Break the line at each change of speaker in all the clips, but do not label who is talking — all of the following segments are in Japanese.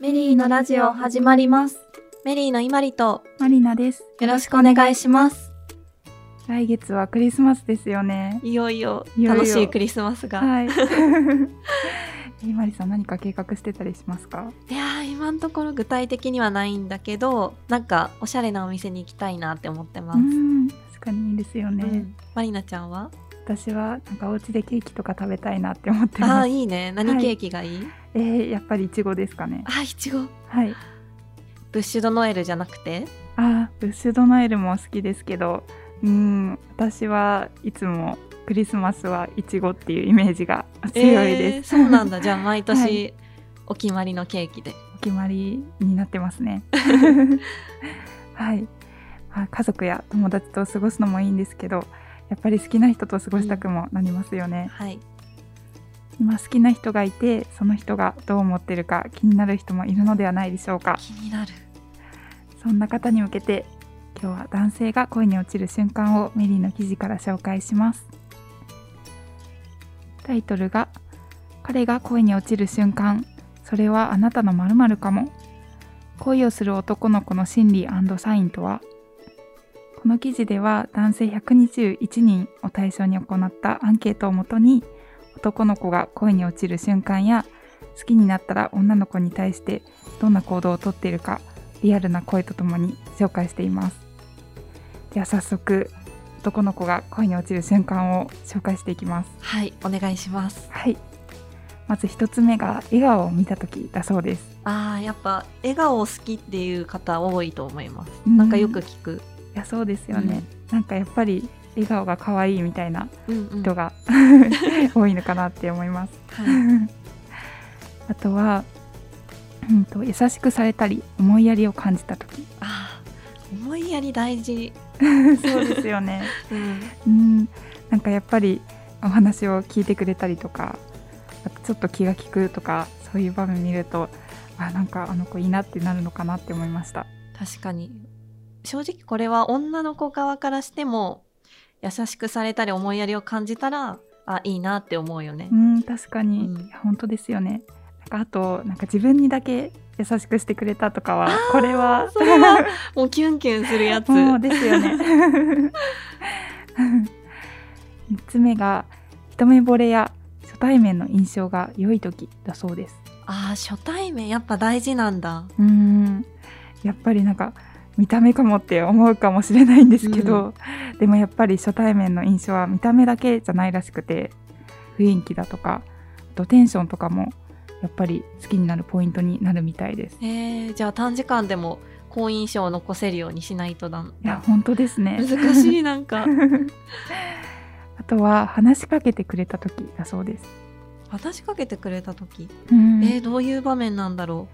メリーのラジオ始まります。
メリーのいまりと
マリナです。
よろしくお願いします。
来月はクリスマスですよね。
いよいよ
いよいよ
楽しいクリスマスがい
はい。えマリさん何か計画してたりしますか？
やー今のところ具体的にはないんだけどなんかおしゃれなお店に行きたいなって思ってま
う
す、
ん、確かにいいですよね。
うんまりなちゃんは
私はなんかお家でケーキとか食べたいなって思って
あ
ま
あ
す。
いいね何ケーキがいい、
えー、やっぱりいちごですかね。
あいちご
はい。
ブッシュドノエルじゃなくて
あー、ブッシュドナエルも好きですけど、うん、私はいつもクリスマスはいちごっていうイメージが強い
え
で
ー
す。
そうな んだじゃあ毎年、
はい
お決まりのケーキで
お決まりになってますね。はい、まあ、家族や友達と過ごすのもいいんですけどやっぱり好きな人と過ごしたくもなりますよね。
はい
今好きな人がいてその人がどう思ってるか気になる人もいるのではないでしょうか。
気になる
そんな方に向けて今日は男性が恋に落ちる瞬間をメリーの記事から紹介しますタイトルが彼が恋に落ちる瞬間それはあなたの〇〇かも恋をする男の子の心理サインとはこの記事では男性121人を対象に行ったアンケートをもとに男の子が恋に落ちる瞬間や好きになったら女の子に対してどんな行動をとっているかリアルな声とともに紹介していますでは早速男の子が恋に落ちる瞬間を紹介していきます
はいお願いします
はいまず一つ目が笑顔を見た時だそうです
あーやっぱ笑顔好きっていう方多いと思います、
うん
なんかよく聞く、
いやそうですよね、なんかやっぱり笑顔が可愛いみたいな
うんうん
人が、 多いのかなって思います
はい、
あとは、うん、と優しくされたり思いやりを感じた時
あー思いやり大事、
そうですよねうん、なんかやっぱりお話を聞いてくれたりとかあとちょっと気が利くとかそういう場面見るとあなんかあの子いいなってなるのかなって思いました
確かに正直これは女の子側からしても優しくされたり思いやりを感じたらあいいなって思うよね
う、ん確かに、
うん
いや本当ですよねなんかあとなんか自分にだけ優しくしてくれたとかはこれは
それはもうキュンキュンする やつ
もうですよね3つ目が一目惚れや初対面の印象が良い時だそうです
あー初対面やっぱ大事なんだ
うーんやっぱりなんか見た目かもって思うかもしれないんですけど、でもやっぱり初対面の印象は見た目だけじゃないらしくて雰囲気だとかあとテンションとかもやっぱり好きになるポイントになるみたいです。
えー、じゃあ短時間でも好印象を残せるようにしないとだ
いや本当ですね。
難しいなんか
あとは話しかけてくれた時だそうです。
話しかけてくれた時、
うん
えー、どういう場面なんだろ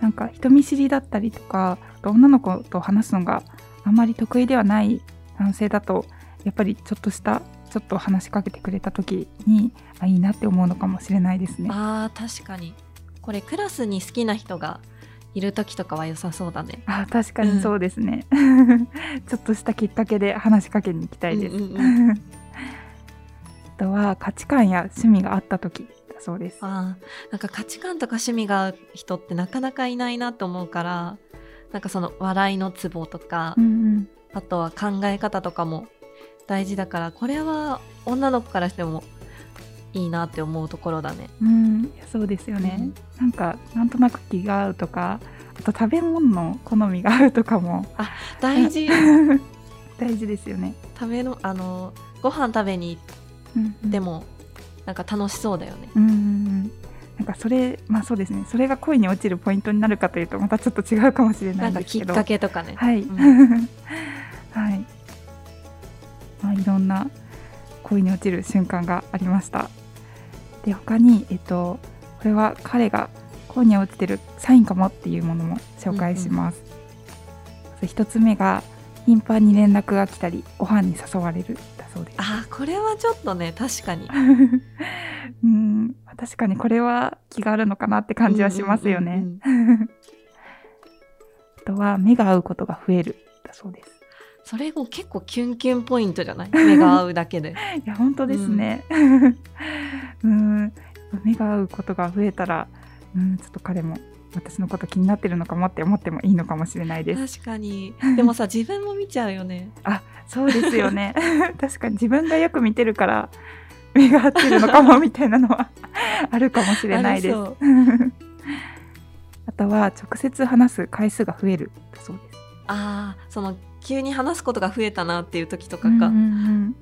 なんか人見知りだったりとかあと女の子と話すのがあまり得意ではない男性だとやっぱりちょっとしたちょっと話しかけてくれた時にあいいなって思うのかもしれないです
う、
ね。
あー確かにこれクラスに好きな人がいる時とかは良さそうだね
あ確かにそうですね、 ちょっとしたきっかけで話しかけに行きたいです。
うんうんうん
あとは価値観や趣味があった時だそうです。
あーなんか価値観とか趣味が合う人ってなかなかいないなと思うからなんかその笑いのツボとか、
うんうん
あとは考え方とかも大事だからこれは女の子からしてもいいなって思うところだね。
うん、いやそうですよね、
うん
なんかなんとなく気が合うとかあと食べ物の好みが合うとかも
大 事
大事ですよね。
食べのあのご飯食べに行って
でも、
もなんか楽しそうだよね。
うんうんうん、なんかそれまあそうですね。それが恋に落ちるポイントになるかというとまたちょっと違うかもしれな
ないん
ん
か
です
きっ
けど。
かけとかね。
はい、
うん
はい。まあいろんな恋に落ちる瞬間がありました。で他にえっとこれは彼が恋に落ちてるサインかもっていうものも紹介します。まず一つ目が頻繁に連絡が来たりご飯に誘われるだそうです。
あーこれはちょっとね確かに。
うん、確かにこれは気があるのかなって感じはしますよ
うんうんう
ね
ん。うん
あとは目が合うことが増えるだそうです。
それも結構キュンキュンポイントじゃない目が合うだけで。
いや本当ですね。うん、目が合うことが増えたら、うん、ちょっと彼も私のこと気になってるのかもって思ってもいいのかもしれないです。
確かにでもさ自分も見ちゃうよね
そうですよね。 確かに自分がよく見てるから目が合ってるのかもみたいなのは あるかもしれないです。
あ
あ
り
とは直接話す回数が増えるだそうです。
あーその急に話すことが増えたなっていう時とか
うんう
か、
んうん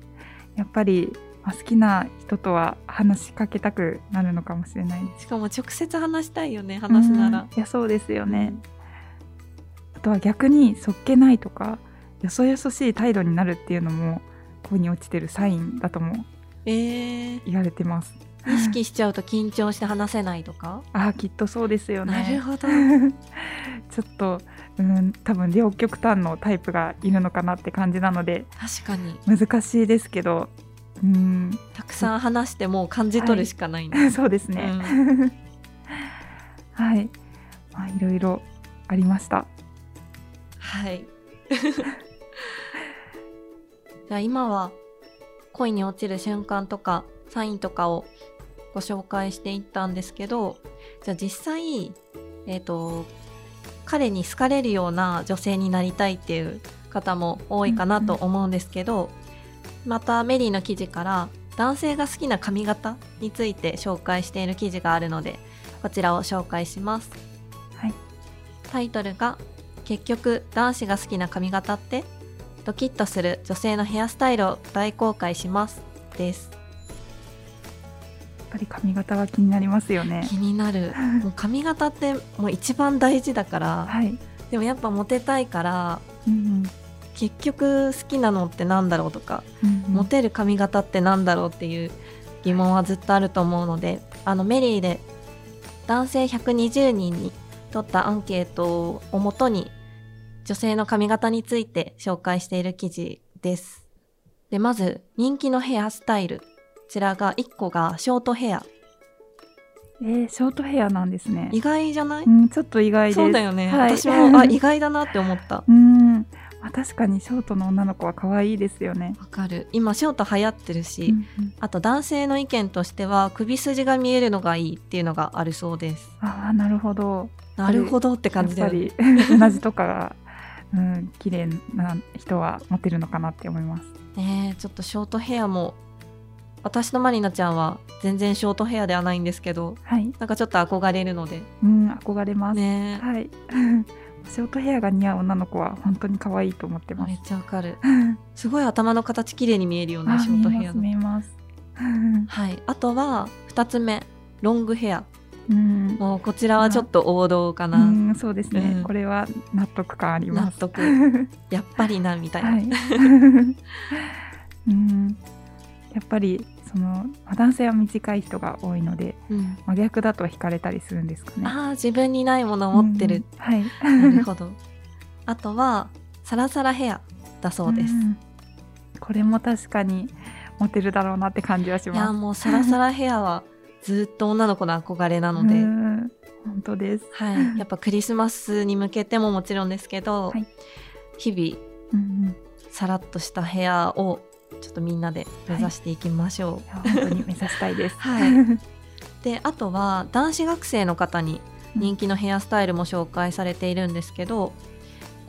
やっぱり、まあ好きな人とは話しかけたくなるのかもしれないです。
しかも直接話したいよね話すな
う
ら
んいやそうですよね。あとは逆にそっけないとかよそよそしい態度になるっていうのも恋に落ちてるサインだとも
えー、
言われてます。
意識しちゃうと緊張して話せないとか、
ああきっとそうですよね。
なるほど
ちょっと、うん、多分両極端のタイプがいるのかなって感じなので
確かに
難しいですけど、うん、
たくさん話してもう感じ取るしかないんです、
そうですね。 はい、まあいろいろありました。
はい。じゃあ今は恋に落ちる瞬間とかサインとかをご紹介していったんですけど、じゃあ実際、えっ、と、彼に好かれるような女性になりたいっていう方も多いかなと思うんですけど、またメリーの記事から男性が好きな髪型について紹介している記事があるので、こちらを紹介します。
はい、
タイトルが結局男子が好きな髪型ってドキッとする女性のヘアスタイルを大公開しますです
やっぱり髪型は気になりますよね。
気になる もう髪型ってもう一番大事だから
はい、
でもやっぱモテたいから
うん
結局好きなのってなんだろうとか、
うんうん
モテる髪型ってなんだろうっていう疑問はずっとあると思うのであのメリーで男性120人に取ったアンケートをもとに女性の髪型について紹介している記事です。で、まず人気のヘアスタイル。こちらが1個がショートヘア。
えーショートヘアなんですね。
意外じゃない
うん、ちょっと意外です。
そうだよね。
はい
私も、 あ、意外だなって思った。
うん、まあ、確かにショートの女の子は可愛いですよね。
わかる。今、ショート流行ってるし、
うんうん
あと男性の意見としては首筋が見えるのがいいっていうのがあるそうです。
ああ、なるほど。
なるほどって感じだ
やっ
よ
ぱ
ね。
り同じとかが、うん、綺麗な人はモテるのかなって思います。
ねえちょっとショートヘアも私とまりなちゃんは全然ショートヘアではないんですけど
はい、
なんかちょっと憧れるので
うん、憧れます。
ねえ
はい。 ショートヘアが似合う女の子は本当に可愛いと思ってま
め
す
っ。ちゃわかるすごい頭の形綺麗に見えるよね
あ
ショートヘアの
見えます。見えます
はいあとは2つ目ロングヘア
うん、
もうこちらはちょっと王道か
う
な、
ん、そうですね、
うん
これは納得感あり
納
ます。
得やっぱりなみたいな、
はい。うん、やっぱりそのまあ男性は短い人が多いので
うん
真逆だと惹かれたりするんですかね。
ああ自分にないものを持ってる、
うんはい。
なるほどあとはサラサラヘアだそうです、
んこれも確かにモテるだろうなって感じはし
いや
ます。
もうサラサラヘアはずっと女の子の憧れなので、
うん本当です。
はい、やっぱクリスマスに向けてももちろんですけど、
はい
日々
うんうん、い
さらっとしたヘアをちょっとみんなで目指していきましょう。
や本当に目指したいです。
はい、であとは男子学生の方に人気のヘアスタイルも紹介されているんですけど、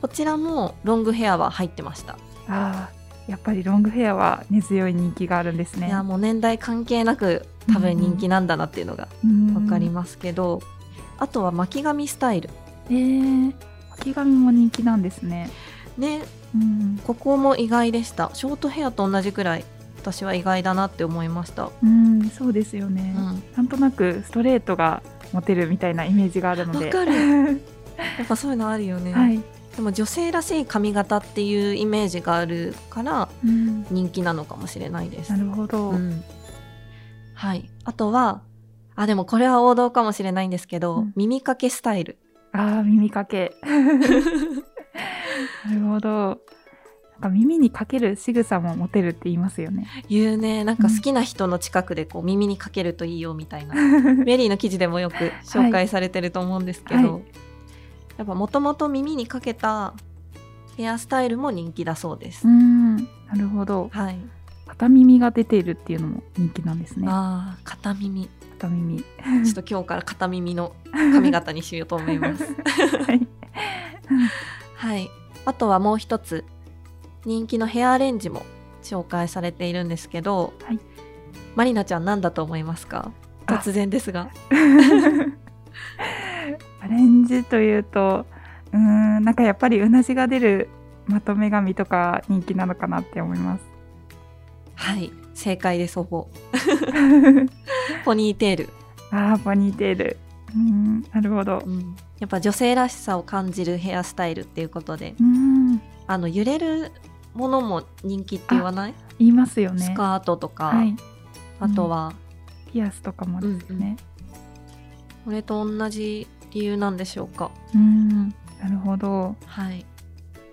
こちらもロングヘアは入ってました。
ああ、やっぱりロングヘアは根強い人気があるんです
い
ね。
やもう年代関係なく多分人気なんだなっていうのがわ
わ
かり
ま
ますけど、あとは巻き髪スタイル
す。えー、巻き髪も人気なんですね。
ね
うん
ここも意外でしたショートヘアと同じくらい私は意外だなって思いました、
うん、そうですよね。
うん、
なんとなくストレートがモテるみたいなイメージがあるので。
わかるやっぱそういうのあるよね、
はい。
でも女性らしい髪型っていうイメージがあるから
うん
人気なのかもしれないです
な、るほど。
うん、はいあとはあでもこれは王道かもしれないんですけど、
うん
耳かけスタイル
ああ、耳 かけ。なるほど。なんか耳にかける仕草もモテるって言いますよね。
言うねなんか好きな人の近くでこう耳にかけるといいよみたいなメリーの記事でもよく紹介されてると思うんですけど、
はいは
やっぱもともと耳にかけたヘアスタイルも人気だそうです。
うん、なるほど。
はい、
片耳が出ているっていうのも人気なんですね。
ああ片耳
片耳
ちょっと今日から片耳の髪型にしようと思います。
はい
はい。あとはもう一つ、人気のヘアアレンジも紹介されているんですけど、
はい
マリナちゃん何だと思いますか
あ
突然ですが。
アレンジというとうーんなんかやっぱりうなじが出るまとめ髪とか人気なのかなって思い ます
はい。正解です、ほぼ。ポニーテール。
ああポニーテールうーんなるほど
うん。やっぱ女性らしさを感じるヘアスタイルっていうことで、
うーん
あの、揺れるものも人気って言わない、
言いますよね
スカートとか、
はい
あとは、
ピアスとかもですよね
これと同じ理由なんでしょうか。
うーんなるほど
はい。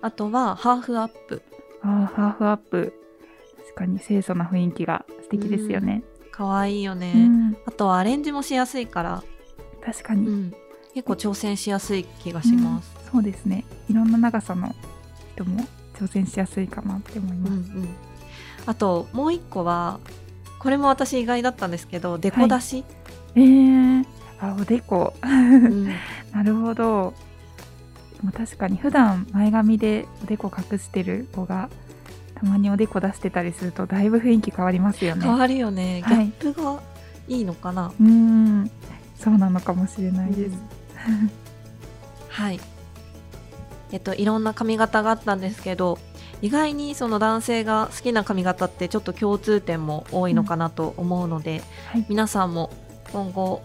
あとは、ハーフアップ。
あーハーフアップ確かに清楚な雰囲気が素敵ですよね
可愛いよね。
うん
あとはアレンジもしやすいから、
確かに、
うん結構挑戦しやすい気がします。
うんそうですねいろんな長さの人も挑戦しやすいかなって思い
うんう
ます、
んあともう一個はこれも私意外だったんですけどデコ出 し、
えー、あおでこ
うん
なるほどでも確かに普段前髪でおでこ隠してる子がたまにおでこ出してたりするとだいぶ雰囲気変わりますよね
変わるよね、
はい
ギャップがいいのかな、
うーんそうなのかもしれないです、
はいえっといろんな髪型があったんですけど意外にその男性が好きな髪型ってちょっと共通点も多いのかなと思うので、
はい
皆さんも今後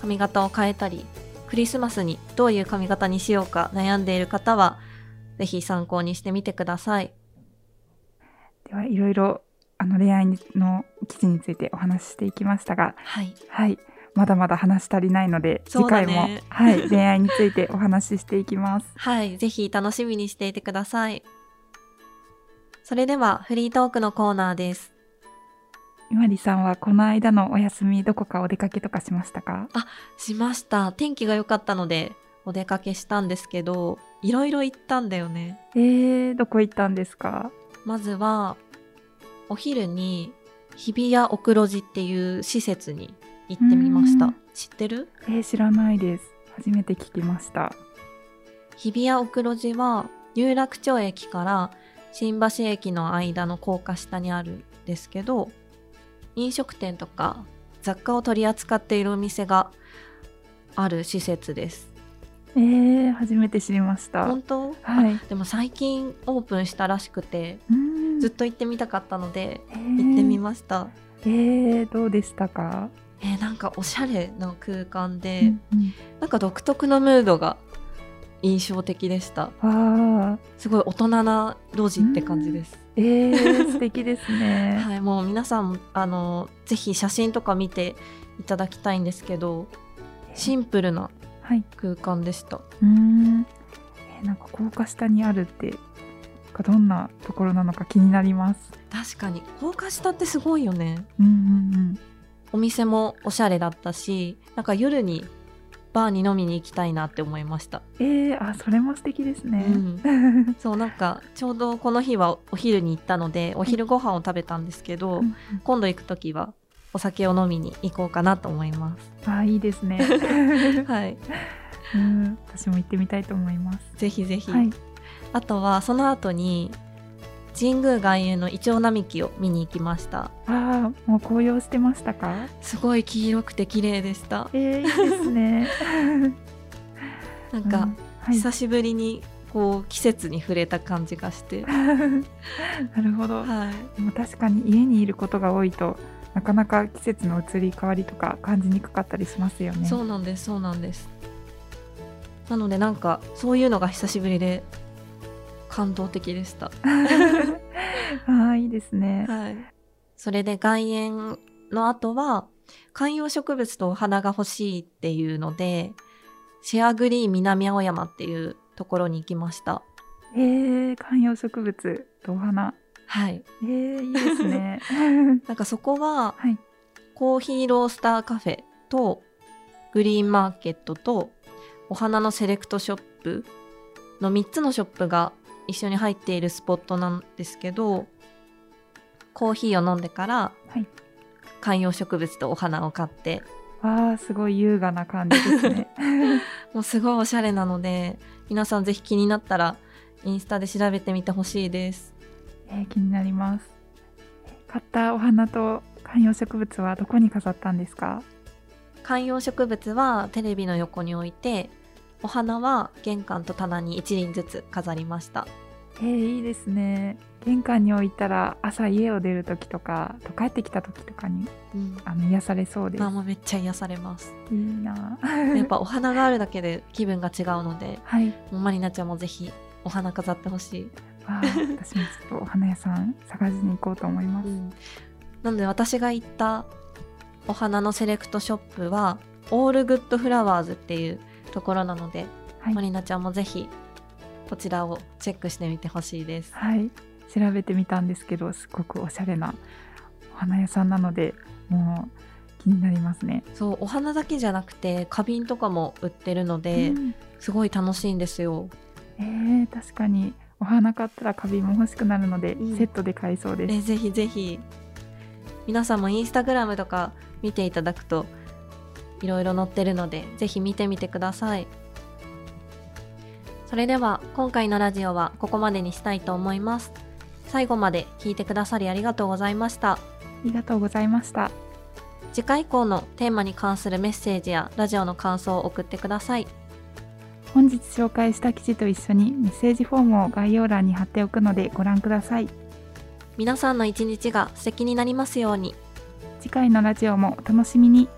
髪型を変えたりクリスマスにどういう髪型にしようか悩んでいる方はぜひ参考にしてみてください。
ではいろいろあの恋愛の記事についてお話ししていきましたが
はい、
はいまだまだ話し足りないので、
そ
次
うだ
回
ね
も、はい、恋愛についてお話ししていきます。
はい、ぜひ楽しみにしていてください。それではフリートークのコーナーです。
今里さんはこの間のお休みどこかお出かけとかしましたか
しました。天気が良かったのでお出かけしたんですけど、いろいろ行ったんだよね。
えー、どこ行ったんですか
まずはお昼に日比谷奥路寺っていう施設に行ってみまし
う
た
ん。
知ってる
えー、知らないです初めて聞きました
日比谷奥路寺は有楽町駅から新橋駅の間の高架下にあるんですけど飲食店とか雑貨を取り扱っているお店がある施設です
えー、初めて知りました
本当
はい
でも最近オープンしたらしくて
うん
ずっと行ってみたかったので
え
行ってみ
す
ました、
えー、どうでしたか、
えーなんかおしゃれな空間で、
うん
なんか独特のムードが印象的でした
うん、わあ
すごい大人な路地って感じです
えー、素敵ですね、
はい、もう皆さんもあのぜひ写真とか見ていただきたいんですけどシンプルな
はい
空間でした
うーん、えーなんか高架下にあるってなんかどんなところなのか気になります
確かに高架下ってすごいよね
うんうん
お店もおしゃれだったしなんか夜にバーに飲みに行きたいなって思いました、
うんえー、あそれも素敵ですね、
う ん、そうなんかちょうどこの日はお昼に行ったのでお昼ご飯を食べたんですけど、
うん
今度行く時はお酒を飲みに行こうかなと思い ます、
あいいですね、
はい、
うん、私も行ってみたいと思います
ぜひぜひ、
はい
あとはその後に神宮外苑のイチョウ並木を見に行きました
ああもう紅葉してましたか
すごい黄色くて綺麗でした
えー、いいです ね
なんか、
うんはい、
久しぶりにこう季節に触れた感じがして
なるほど、
はい
でも確かに家にいることが多いとなかなか季節の移り変わりとか感じにくかったりしますよね
そうなんですそうなんですなのでなんかそういうのが久しぶりで感動的でした
ああいいですね、
はいそれで外苑の後は観葉植物とお花が欲しいっていうのでシェアグリーン南青山っていうところに行きました
えー、観葉植物とお花
はい。
えー、いいです ね
なんかそこは、
はい
コーヒーロースターカフェと、グリーンマーケットと、お花のセレクトショップの3つのショップが一緒に入っているスポットなんですけど、コーヒーを飲んでから、
はい
観葉植物とお花を買って、
わあすごい優雅な感じです ね
もうすごいおしゃれなので皆さんぜひ気になったらインスタで調べてみてほしいです
えー気になります買ったお花と観葉植物はどこに飾ったんですか
観葉植物はテレビの横に置いてお花は玄関と棚に1輪ずつ飾りました
えーいいですね玄関に置いたら朝家を出る時とかと帰ってきた時とかに
うん
あの癒されそうです
まあもうめっちゃ癒されます
いい な
やっぱお花があるだけで気分が違うので
はい
もうマリナちゃんもぜひお花飾ってほしい、
わ あ私もちょっとお花屋さん探しに行こうと思います、
うん、なので私が行ったお花のセレクトショップはオールグッドフラワーズっていうところなので、
はい
マリナちゃんもぜひこちらをチェックしてみてほしいです
はい調べてみたんですけどすごくおしゃれなお花屋さんなのでもう気になりますね、
そうお花だけじゃなくて花瓶とかも売ってるので、
うん
すごい楽しいんですよ
えー確かにお花買ったら花瓶も欲しくなるので、
うん
セットで買いそうです、
ね、ぜひぜひ皆さんもインスタグラムとか見ていただくといろいろ載ってるのでぜひ見てみてくださいそれでは今回のラジオはここまでにしたいと思います最後まで聞いてくださりありがとうございました
ありがとうございました
次回以降のテーマに関するメッセージやラジオの感想を送ってください
本日紹介した記事と一緒にメッセージフォームを概要欄に貼っておくのでご覧ください
皆さんの一日が素敵になりますように
次回のラジオもお楽しみに